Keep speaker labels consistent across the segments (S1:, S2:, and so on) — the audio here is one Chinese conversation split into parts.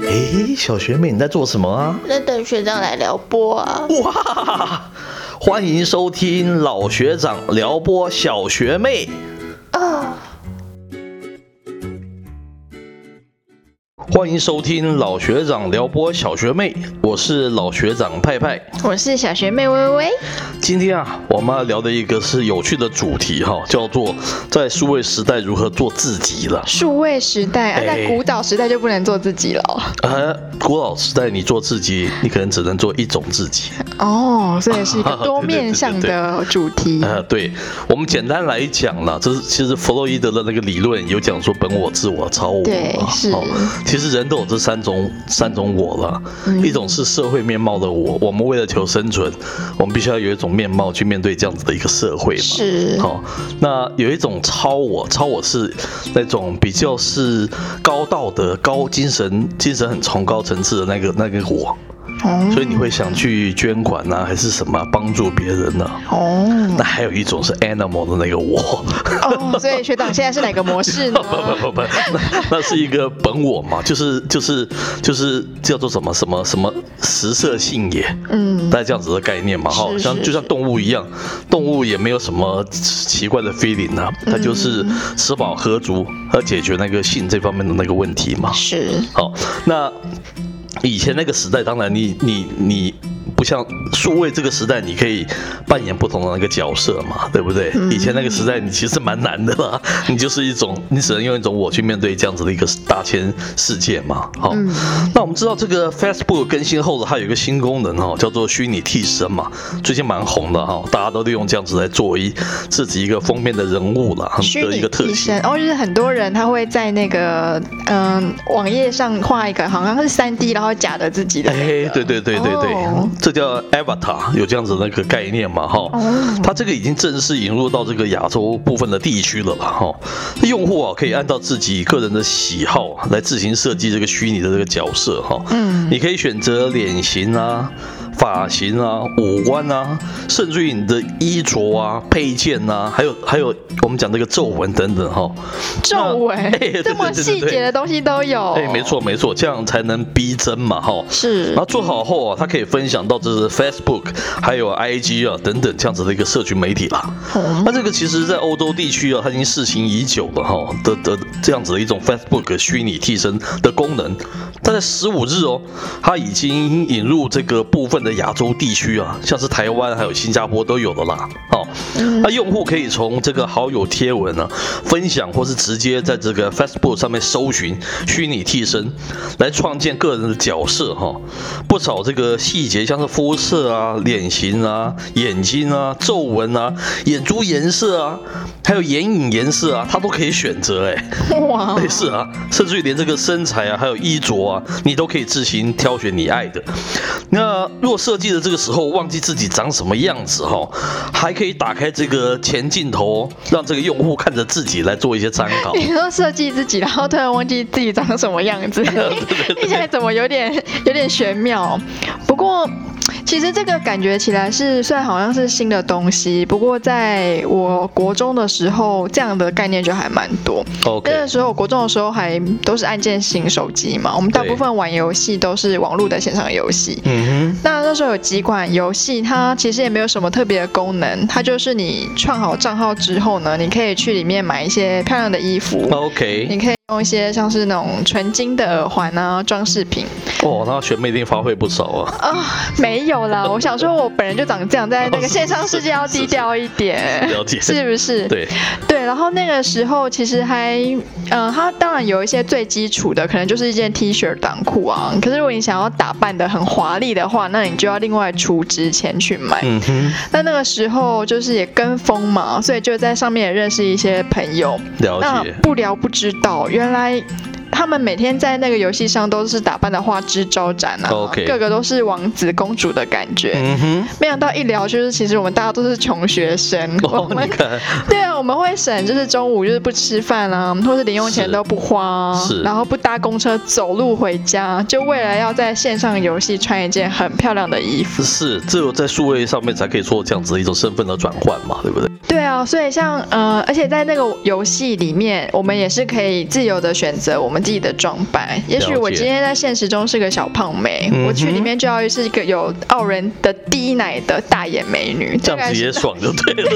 S1: 诶，小学妹你在做什么啊？
S2: 我在等学长来撩拨啊。
S1: 哇，欢迎收听老学长撩拨小学妹。
S2: 啊，
S1: 欢迎收听老学长撩拨小学妹，我是老学长派派。
S2: 我是小学妹微微。
S1: 今天啊，我们要聊的一个是有趣的主题哈、叫做在数位时代如何做自己了。
S3: 数位时代，啊，
S1: 哎
S3: 在古早时代就不能做自己了哦。
S1: 呃，古老时代你做自己，你可能只能做一种自己。
S3: 哦，所以是一个多面向的主题。
S1: 呃，对，我们简单来讲啦，这是其实弗洛伊德的那个理论有讲说本我、自我、超我嘛。哦
S3: 对是
S1: 其实人都有这三种三种我了，
S3: 嗯
S1: 一种是社会面貌的我，我们为了求生存，我们必须要有一种面貌去面对这样子的一个社会嘛。
S3: 是
S1: 好、那有一种超我，超我是那种比较是高道德、高精神、精神很崇高层次的那个那个我，
S3: 哦
S1: 嗯所以你会想去捐款啊，还是什么啊帮助别人呢、
S3: 哦
S1: 那还有一种是 animal 的那个我，
S3: 哦，所以学长现在是哪个模式呢
S1: 不？不不不，那那是一个本我嘛，就是就是就是叫做什么什么什么食色性也，
S3: 嗯
S1: 大概这样子的概念嘛，哈，
S3: 是
S1: 像
S3: 是
S1: 就像动物一样，动物也没有什么奇怪的 feeling 啊，它就是
S3: 嗯
S1: 吃饱喝足，要解决那个性这方面的那个问题嘛。
S3: 是
S1: 好，那以前那个时代，当然你你你不像数位这个时代，你可以扮演不同的那个角色嘛，对不对？
S3: 嗯
S1: 以前那个时代，你其实蛮难的啦，你就是一种，你只能用一种我去面对这样子的一个大千世界嘛。好、
S3: 嗯
S1: 那我们知道这个 Facebook 更新后的它有一个新功能哦，叫做虚拟替身嘛，最近蛮红的哈、大家都利用这样子来作为自己一个封面的人物啦
S3: 虚
S1: 的一
S3: 拟
S1: 个特
S3: 替
S1: 性
S3: 身。哦，就是很多人他会在那个嗯网页上画一个，好像是三 D，然后假的自己的那
S1: 哎
S3: 个。，
S1: 对对对对对，
S3: 哦
S1: 这叫 Avatar，有这样子那个概念嘛哈。
S3: 哦
S1: 它这个已经正式引入到这个亚洲部分的地区了啦哈。用户啊可以按照自己个人的喜好来自行设计这个虚拟的这个角色哈。
S3: 嗯
S1: 你可以选择脸型啊、发型啊、五官啊，甚至于你的衣着啊、配件啊，还有还有我们讲这个皱纹等等哈。
S3: 皱
S1: 哎
S3: 纹
S1: 对对对
S3: 这么
S1: 对对
S3: 细节的东西都有。
S1: 哎，没，错没错，这样才能逼真嘛哈。
S3: 是
S1: 然后做好后啊，它可以分享到这是 Facebook，还有 IG 啊等等这样子的一个社群媒体啦。那这个其实，在欧洲地区啊，它已经试行已久了哈、的的这样子的一种 Facebook 虚拟替身的功能，它在十五日哦，它已经引入这个部分的亚洲地区啊，像是台湾还有新加坡都有的啦。哦，那用户可以从这个好友贴文啊分享，或是直接在这个 Facebook 上面搜寻虚拟替身，来创建个人的角色哈、不少这个细节，像是肤色啊、脸型啊、眼睛啊、皱纹啊、眼珠颜色啊，还有眼影颜色啊，它都可以选择哎、
S3: 哇
S1: 类似啊，甚至于连这个身材啊，还有衣着啊，你都可以自行挑选你爱的。那若设计的这个时候忘记自己长什么样子哈、还可以打开这个前镜头，让这个用户看着自己来做一些参考。
S3: 你说设计自己，然后突然忘记自己长什么样 子， 听起来怎么有点有点玄妙？不过。其实这个感觉起来是，虽然好像是新的东西，不过在我国中的时候，这样的概念就还蛮多。那
S1: OK，
S3: 个时候，我国中的时候还都是按键型手机嘛，我们大
S1: 对
S3: 部分玩游戏都是网络的线上游戏。
S1: 嗯
S3: 那那时候有几款游戏，它其实也没有什么特别的功能，它就是你创好账号之后呢，你可以去里面买一些漂亮的衣服
S1: 哼，，OK，
S3: 你可以用一些像是那种纯金的耳环啊、装饰 品
S1: 哦，那学妹一定发挥不少啊。
S3: 啊、没有啦。我想说，我本人就长这样，在那个线上世界要低调一点，
S1: 了解
S3: 是不是？
S1: 对，
S3: 对然后那个时候其实还，嗯，它当然有一些最基础的，可能就是一件 T 恤、短裤啊。可是如果你想要打扮的很华丽的话，那你就要另外出值钱去买。
S1: 嗯哼，
S3: 那那个时候就是也跟风嘛，所以就在上面也认识一些朋友。
S1: 了
S3: 那
S1: 解。
S3: 不聊不知道，原来他们每天在那个游戏上都是打扮的花枝招展啊
S1: OK
S3: 个个都是王子公主的感觉。
S1: 嗯哼，
S3: 没想到一聊就是，其实我们大家都是穷学生，
S1: 哦
S3: 我，们
S1: 你看，
S3: 对啊，我们会省，就是中午就是不吃饭啊，或是零用钱
S1: 是
S3: 都不花、啊
S1: 是，
S3: 然后不搭公车，走路回家，就为了要在线上游戏穿一件很漂亮的衣服。
S1: 是只有在数位上面才可以做这样子一种身份的转换嘛，对不对？
S3: 对对啊，所以像呃，而且在那个游戏里面，我们也是可以自由的选择我们自己的装扮。也许我
S1: 了解
S3: 今天在现实中是个小胖妹，
S1: 嗯哼
S3: 我去里面就要是一个有傲人的低奶的大眼美女，
S1: 这样
S3: 大概
S1: 子
S3: 是
S1: 也爽就对了。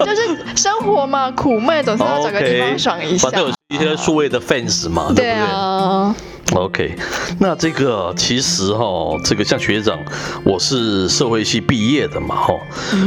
S3: 就是生活嘛，苦闷总是要找个
S1: OK，
S3: 地方爽一下。
S1: 反正有一些数位的 fans 嘛，对不
S3: 对
S1: 对？
S3: 啊，
S1: OK，那这个其实哈、这个像学长，我是社会系毕业的嘛哈、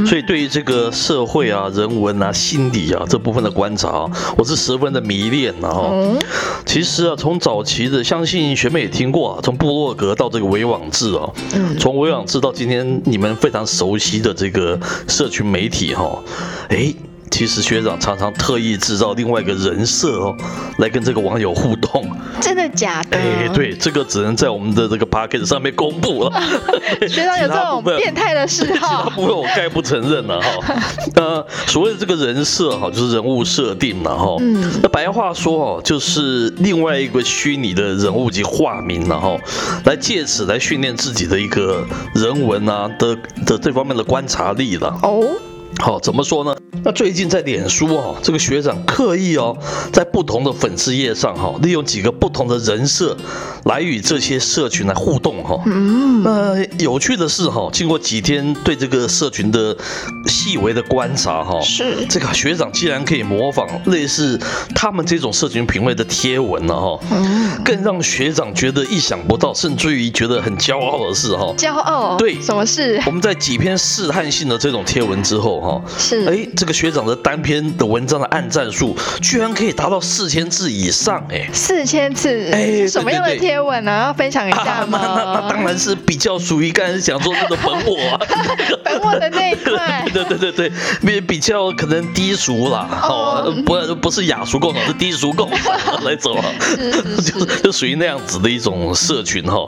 S1: 所以对于这个社会啊、人文啊、心理啊这部分的观察、啊，我是十分的迷恋的、哈、
S3: 嗯，
S1: 其实啊，从早期的，相信学妹也听过啊，从部落格到这个维网志哦，从维网志到今天你们非常熟悉的这个社群媒体哈、哦，哎。其实学长常常特意制造另外一个人设哦，来跟这个网友互动。
S3: 真的假的？
S1: 哎，对，这个只能在我们的这个 p a c k a g e 上面公布了。
S3: 学长有
S1: 其
S3: 这
S1: 他
S3: 种
S1: 部分
S3: 变态的嗜
S1: 其他
S3: 好，
S1: 部分我概不承认了哈。呃，所谓的这个人设哈，就是人物设定了哈。
S3: 嗯
S1: 那白话说哦，就是另外一个虚拟的人物及化名然后来借此来训练自己的一个人文啊的的这方面的观察力了。
S3: 哦，
S1: 好、怎么说呢？那最近在脸书哦，这个学长刻意哦，在不同的粉丝页上哈、利用几个不同的人设来与这些社群来互动哈、
S3: 嗯，
S1: 那有趣的是哈、经过几天对这个社群的细微的观察哈、
S2: 是
S1: 这个学长竟然可以模仿类似他们这种社群品味的贴文了、哈、
S3: 嗯
S1: 更让学长觉得意想不到，甚至于觉得很骄傲的是哈、
S3: 骄傲，
S1: 对
S3: 什么事？
S1: 我们在几篇试探性的这种贴文之后哈、
S3: 是，
S1: 哎，这个学长的单篇的文章的按赞数居然可以达到四千字以上，哎。
S3: 四千次，
S1: 哎对
S3: 是什么样的
S1: 对对
S3: 贴文呢、要分享一
S1: 啊
S3: 下
S1: 那那那当
S3: 吗？
S1: 然是比较属于刚才讲说这个本我啊，
S3: 本我的那一
S1: ，
S3: 块
S1: 对对对对，比比较可能低俗啦，哦，不不是雅俗共赏，是低俗共赏来走啊，
S3: 是是，
S1: 就是就属于那样子的一种社群哈、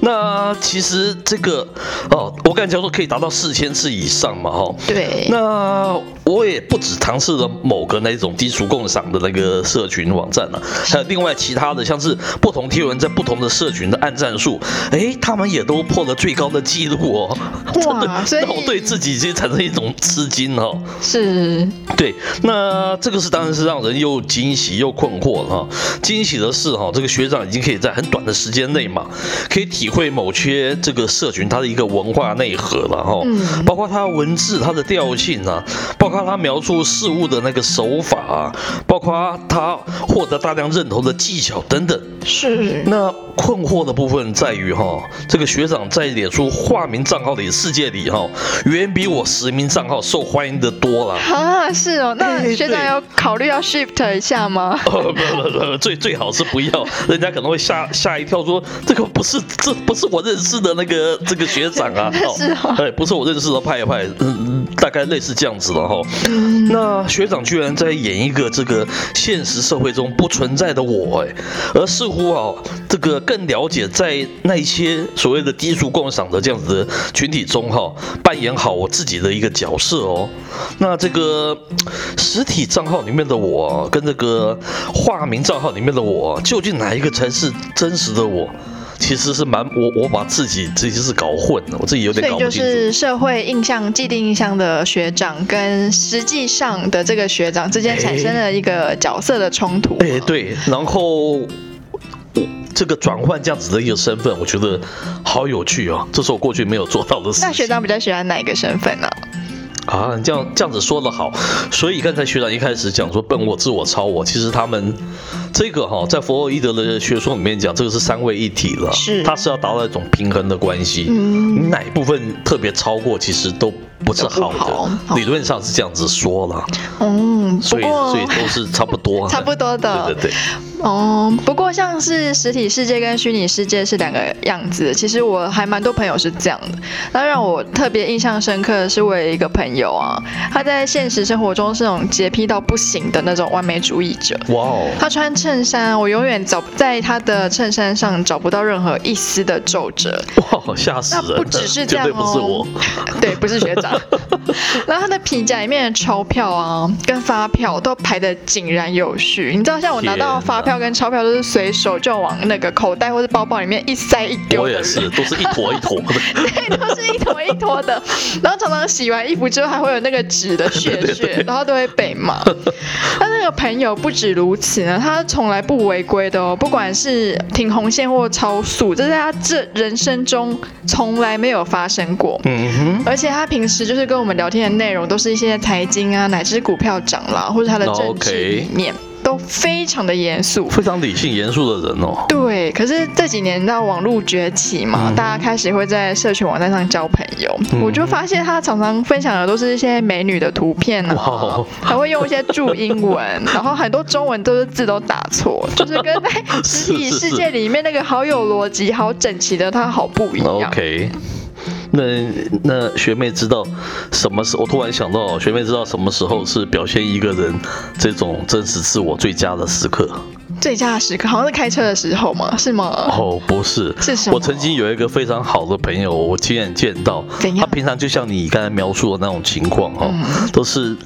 S1: 那其实这个哦，我刚才讲说可以达到四千次以上嘛哈、
S3: 对，
S1: 那我也不止尝试了某个那种低俗共赏的那个社群网站了、还有另外其他的，像是不同贴文在不同的社群的按赞数，哎，他们也都破了最高的记录哦。
S3: 哇，所以
S1: 让我对自己已经产生一种吃惊哦。
S3: 是
S1: 对，那这个是当然是让人又惊喜又困惑了哈。惊喜的是哈，这个学长已经可以在很短的时间内嘛，可以体会某些这个社群它的一个文化内核了哈。
S3: 嗯
S1: 包括它文字、它的调性啊，包括它描述事物的那个手法啊，包括它获得大量认同的技巧等等。
S3: 是，
S1: 那困惑的部分在于哈，这个学长在脸书化名账号里世界里哈，远比我实名账号受欢迎的多啦。
S3: 啊，是哦，那
S1: 哎
S3: 学长
S1: 对
S3: 有考虑要 shift 一下吗？
S1: 哦，不不不不，最最好是不要，人家可能会吓吓一跳说，这个不是这不是我认识的那个这个学长啊，
S3: 是哦
S1: 哎，不是我认识的派派，嗯，大概类似这样子的哈、那学长居然在演一个这个现实社会中不存在的我，哎，而似乎啊，这个更了解在那些所谓的低俗共赏的这样子的群体中哈、扮演好我自己的一个角色哦。那这个呃实体账号里面的我，跟这个化名账号里面的我，究竟哪一个才是真实的我？其实是蛮我我把自己自己是搞混了，我自己有
S3: 所
S1: 点搞
S3: 以
S1: 不清
S3: 就
S1: 楚。
S3: 是社会印象、既定印象的学长跟实际上的这个学长之间产生了一个角色的冲突。
S1: 哎，对，然后这个转换这样子的一个身份，我觉得好有趣哦，这是我过去没有做到的事情。
S3: 那学长比较喜欢哪一个身份呢、
S1: 啊，你这样这样子说的好，所以刚才学长一开始讲说笨我、自我、超我，其实他们这个哈、在佛洛伊德的学说里面讲，这个是三位一体了，
S3: 是
S1: 它是要达到一种平衡的关系。
S3: 嗯
S1: 你哪一部分特别超过，其实都不是好的，
S3: 都不好
S1: 理论上是这样子说了，
S3: 嗯，不
S1: 所以所
S3: 过
S1: 以都是差不多，啊
S3: 差不多的。
S1: 对对对。
S3: 哦，不过像是实体世界跟虚拟世界是两个样子。其实我还蛮多朋友是这样的。那让我特别印象深刻的是，我有一个朋友啊，他在现实生活中是那种洁癖到不行的那种完美主义者。
S1: 哇哦，
S3: 他穿衬衫，我永远找不在他的衬衫上找不到任何一丝的皱褶。
S1: 哇，哦吓死
S3: 那
S1: 人了！
S3: 不只是这样
S1: 绝对不是
S3: 哦
S1: 我。，
S3: 对，不是学长。然后他的皮夹里面的钞票啊，跟发票都排得井然有序。你知道，像我拿到
S1: 天
S3: 发
S1: 哪
S3: 票跟钞票都是随手就往那个口袋或是包包里面一塞一丢
S1: 我
S3: 的
S1: 也
S3: 人，
S1: 是，都是一坨一坨 的。
S3: 对，都是一坨一坨 的。然后常常洗完衣服之后还会有那个纸的屑屑，然后都会被骂。 但那个朋友不止如此呢，他从来不违规的哦，不管是停红线或超速，这是他这人生中从来没有发生过。
S1: 嗯哼，
S3: 而且他平时就是跟我们聊天的内容都是一些财经啊，乃至股票涨啦，或者他的政治
S1: OK
S3: 理念都非常的严肃。
S1: 非常理性严肃的人哦。
S3: 对，可是这几年到网络崛起嘛，
S1: 嗯
S3: 大家开始会在社群网站上交朋友。
S1: 嗯
S3: 我就发现他常常分享的都是一些美女的图片
S1: 哇
S3: 啊
S1: 哦，
S3: 还会用一些注英文，然后很多中文都是字都打错，就是跟在实 体
S1: 是是
S3: 世界里面那个好有逻辑、好整齐的他好不一样。
S1: OK，那那学妹知道什么时？我突然想到，学妹知道什么时候是表现一个人这种真实自我最佳的时刻？
S3: 最佳的时刻好像是开车的时候嘛，是吗？
S1: 哦，不是，
S3: 是什么
S1: 我曾经有一个非常好的朋友，我亲眼见到
S3: 怎，样嗯
S1: 他平常就像你刚才描述的那种情况哦，都是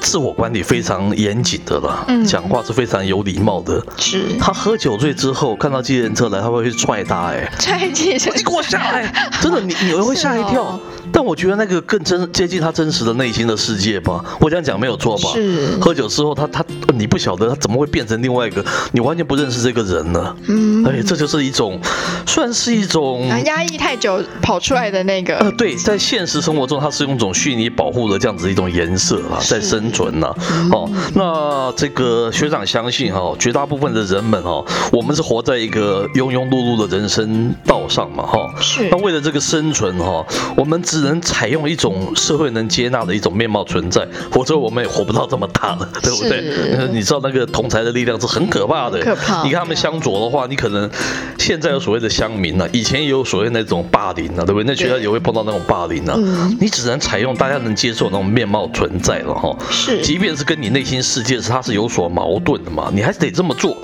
S1: 自我管理非常严谨的啦，
S3: 嗯
S1: 讲话是非常有礼貌的。
S3: 是
S1: 他喝酒醉之后，看到计程车来，他会去踹他、哎，
S3: 踹 计程
S1: 你给我下来！哎真的，你你会吓一跳。
S3: 是哦
S1: 但我觉得那个更真接近他真实的内心的世界吧。我这样讲没有错吧？
S3: 是
S1: 喝酒之后他，他你不晓得他怎么会变成另外一个，你完全不认识这个人了。
S3: 嗯
S1: 哎，这就是一种，算是一种。
S3: 啊，压抑太久跑出来的那个，
S1: 呃，对，在现实生活中，它是用一种虚拟保护的这样子一种颜色啊，在
S3: 是嗯
S1: 生存呐、哦，那这个学长相信哈、哦，绝大部分的人们哦，我们是活在一个庸庸碌碌的人生道上嘛哈、
S3: 是
S1: 那为了这个生存哈、我们只能采用一种社会能接纳的一种面貌存在，否则我们也活不到这么大了，对不对
S3: 是？
S1: 呃你知道那个同财的力量是很可怕的，
S3: 很可怕
S1: 你看他们相左的话，你可能现在有所谓的乡民啊，以前也有所谓那种霸凌啊，对不对？那学校也会碰到那种霸凌啊，
S3: 嗯
S1: 你只能采用大家能接受的那种面貌存在了哈、
S3: 是
S1: 即便是跟你内心世界是它是有所矛盾的嘛，你还是得这么做。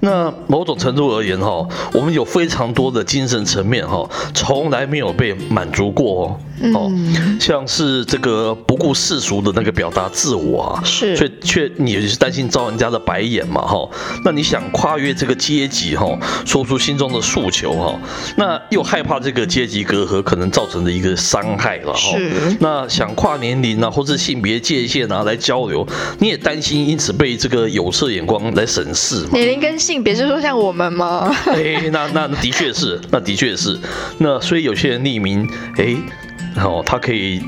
S1: 那某种程度而言哈、我们有非常多的精神层面哈、从来没有被满足过哦。
S3: 嗯
S1: 哦，像是这个不顾世俗的那个表达自我啊，
S3: 是
S1: 所以却你也是担心遭人家的白眼嘛哈、那你想跨越这个阶级哈、说出心中的诉求哈、那又害怕这个阶级隔阂可能造成的一个伤害了哈、
S3: 是
S1: 那想跨年龄啊，或是性别界限啊来交流，你也担心因此被这个有色眼光来审视 嘛？
S3: 年龄跟性别，就是说像我们吗？
S1: 哎，那那那的确是，那的确是，那所以有些人匿名，哎，哦，他可以。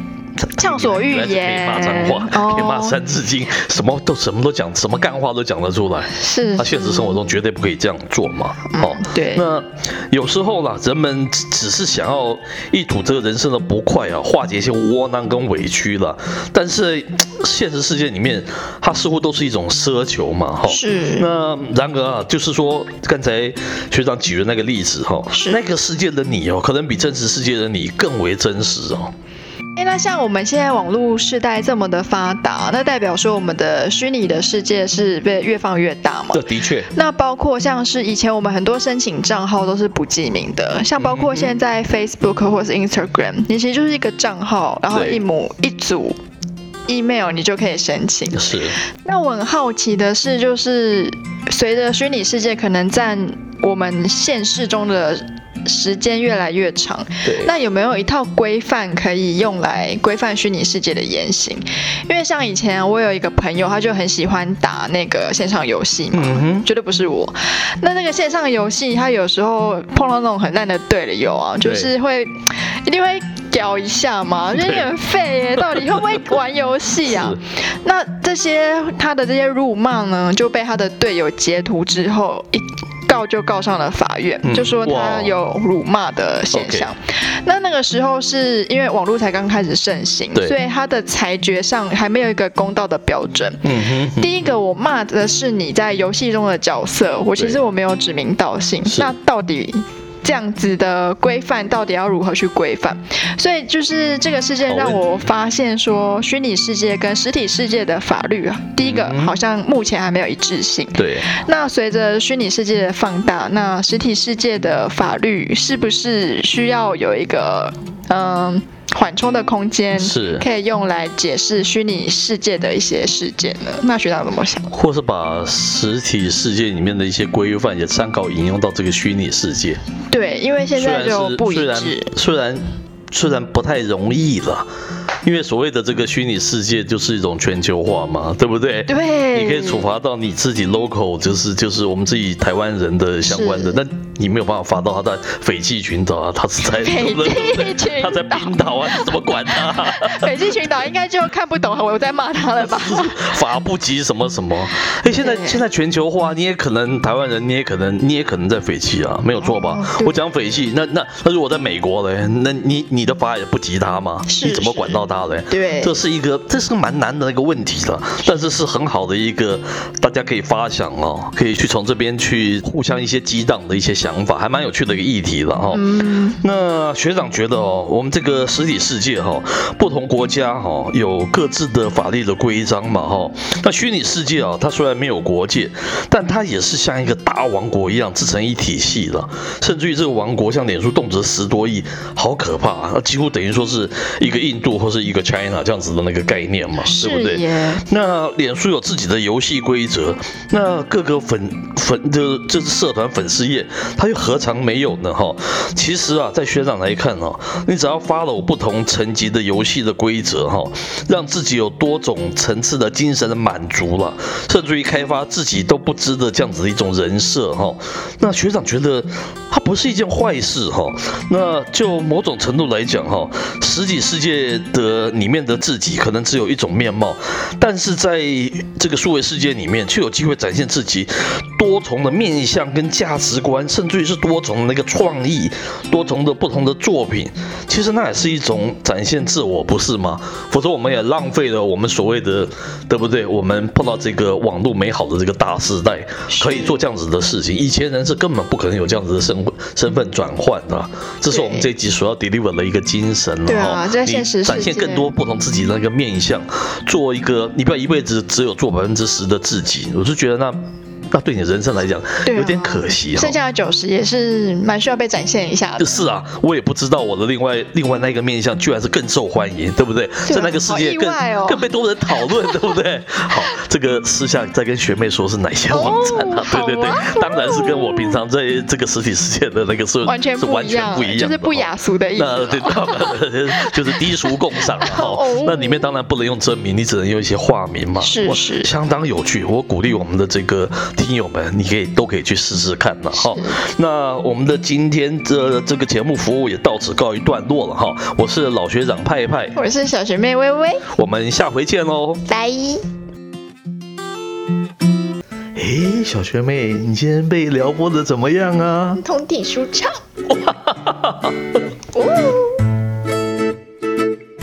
S3: 畅所欲
S1: 原来是可以
S3: 言
S1: 骂脏话，
S3: 哦
S1: 可以骂《三字经》，什么都什么都讲，什么干话都讲得出来。
S3: 是
S1: 他现实生活中绝对不可以这样做嘛。哦，
S3: 对，
S1: 啊那有时候啦，人们只只是想要一吐这个人生的不快啊，化解一些窝囊跟委屈了。但是现实世界里面，它似乎都是一种奢求嘛，哈。
S3: 是
S1: 那然而啊，就是说刚才学长举的那个例子哈、
S3: 是
S1: 那个世界的你哦，可能比真实世界的你更为真实哦。
S3: 哎，那像我们现在网络时代这么的发达，那代表说我们的虚拟的世界是被越放越大嘛
S1: 这？的确，
S3: 那包括像是以前我们很多申请账号都是不记名
S1: 嗯
S3: 的，像包括现在 Facebook 或是 Instagram，你其实就是一个账号，然后
S1: 对
S3: 一母一组 email 你就可以申请。
S1: 是
S3: 那我很好奇的是，就是随着虚拟世界可能占我们现实中的时间越来越长，
S1: 对。
S3: 那有没有一套规范可以用来规范虚拟世界的言行？因为像以前啊我有一个朋友，他就很喜欢打那个线上游戏嘛。
S1: 嗯哼，
S3: 绝对不是我。那那个线上游戏，他有时候碰到那种很烂的队友啊，
S1: 对
S3: 就是会一定会屌一下嘛，就是你很废 耶、到底会不会玩游戏啊？那这些他的这些辱骂呢，就被他的队友截图之后一。告就告上了法院，
S1: 嗯
S3: 就说
S1: 哇
S3: 他有辱骂的现象。那那个时候是因为网络才刚开始盛行
S1: 对，
S3: 所以他的裁决上还没有一个公道的标准。
S1: 嗯哼，嗯
S3: 第一个我骂的是你在游戏中的角色，我其实我没有指名道姓。
S1: 是
S3: 那到底这样子的规范到底要如何去规范？所以就是这个事件让
S1: 好
S3: 我发现说，虚拟世界跟实体世界的法律啊，第一个
S1: 嗯
S3: 好像目前还没有一致性。
S1: 对，
S3: 那随着虚拟世界的放大，那实体世界的法律是不是需要有一个嗯、缓冲的空间，
S1: 是
S3: 可以用来解释虚拟世界的一些事件呢？那学长怎么想？
S1: 或是把实体世界里面的一些规范也参考引用到这个虚拟世界，
S3: 对，因为现
S1: 虽然
S3: 在就是不一
S1: 虽然
S3: 致，
S1: 虽然虽然不太容易了，因为所谓的这个虚拟世界就是一种全球化嘛，对不对？
S3: 对，
S1: 你可以处罚到你自己 local，就是就是我们自己台湾人的相关的，
S3: 是
S1: 但你没有办法罚到他在斐济群岛 啊，他是在
S3: 斐济群
S1: 他在
S3: 岛，
S1: 冰岛啊，你怎么管他、
S3: 北极群岛应该就看不懂我在骂他了 吧？
S1: 法不及什么什么。哎，现在
S3: 对
S1: 现在全球化，你也可能台湾人，你也可能你也可能在斐济啊，没有错吧？
S3: 嗯对
S1: 我讲斐济，那那那如果在美国嘞，那你你的法也不及他吗？
S3: 是
S1: 你怎么
S3: 是
S1: 管到他嘞？
S3: 对
S1: 这是一个，这是个蛮难的一个问题的，但是是很好的一个，大家可以发想哦，可以去从这边去互相一些激荡的一些想法，还蛮有趣的一个议题了哈、哦。
S3: 嗯，
S1: 那学长觉得哦，我们这个实体世界哈、哦，不同国家哈、哦、有各自的法律的规章嘛哈、哦。那虚拟世界啊、它虽然没有国界，但它也是像一个大王国一样自成一体系的，甚至于这个王国像脸书动辄十多亿，好可怕啊！几乎等于说是一个印度或是一个 China 这样子的那个概念嘛，
S3: 是
S1: 对不对？
S3: 耶，
S1: 那脸书有自己的游戏规则，那各个粉粉的这是社团粉丝页，它又何尝没有呢？哈，其实啊，在学长来看哦，你只要 follow 不同层级的游戏的规则哈，让自己有多种层次的精神的满足了，甚至于开发自己都不知的这样子的一种人设哈。那学长觉得它不是一件坏事哈。那就某种程度来讲哈，实体世界的里面的自己可能只有一种面貌，但是在这个数位世界里面，却有机会展现自己多重的面向跟价值观，甚至于是多重的那个创意、多重的不同的作品。其实那也是一种展现自我，不是吗？否则我们也浪费了我们所谓的，对不对？我们碰到这个网络美好的这个大时代，
S3: 是
S1: 可以做这样子的事情。以前人是根本不可能有这样子的身份身份转换的、这是我们这一集所要 deliver 的一个精神了
S3: 对啊
S1: 哈
S3: 在现实
S1: 嗯你展现
S3: 世界
S1: 更多不同自己的那个面相，做一个你不要一辈子只有做百分之十的自己，我就觉得那那对你人生来讲、
S3: 对啊
S1: 有点可惜哈
S3: 剩。下的九十也是蛮需要被展现一下的。
S1: 是啊，我也不知道我的另外另外那个面相居然是更受欢迎，对不对？在那个世界更、
S3: 啊好意外哦
S1: 更被多人讨论，对不对？好，这个私下再跟学妹说是哪些网站啊？
S3: 哦
S1: 对对对，
S3: 好啊
S1: 当然是跟我平常在这个实体世界的那个是
S3: 完全
S1: 是
S3: 不
S1: 完
S3: 一
S1: 全
S3: 样，
S1: 不一样的，
S3: 就是不雅俗的意思
S1: 那
S3: 了。
S1: 对，当然就是低俗共赏了哈
S3: 哦。
S1: 那里面当然不能用真名，你只能用一些化名嘛。
S3: 是
S1: 哇
S3: 是
S1: 相当有趣。我鼓励我们的这个听友们，你可以都可以去试试看了哈
S3: 是。
S1: 那我们的今天的这个节目服务也到此告一段落了哈。我是老学长派派，
S3: 我是小学妹微微，
S1: 我们下回见喽。
S2: 拜。
S1: 诶，小学妹，你今天被撩拨的怎么样啊？
S2: 通体舒畅。哦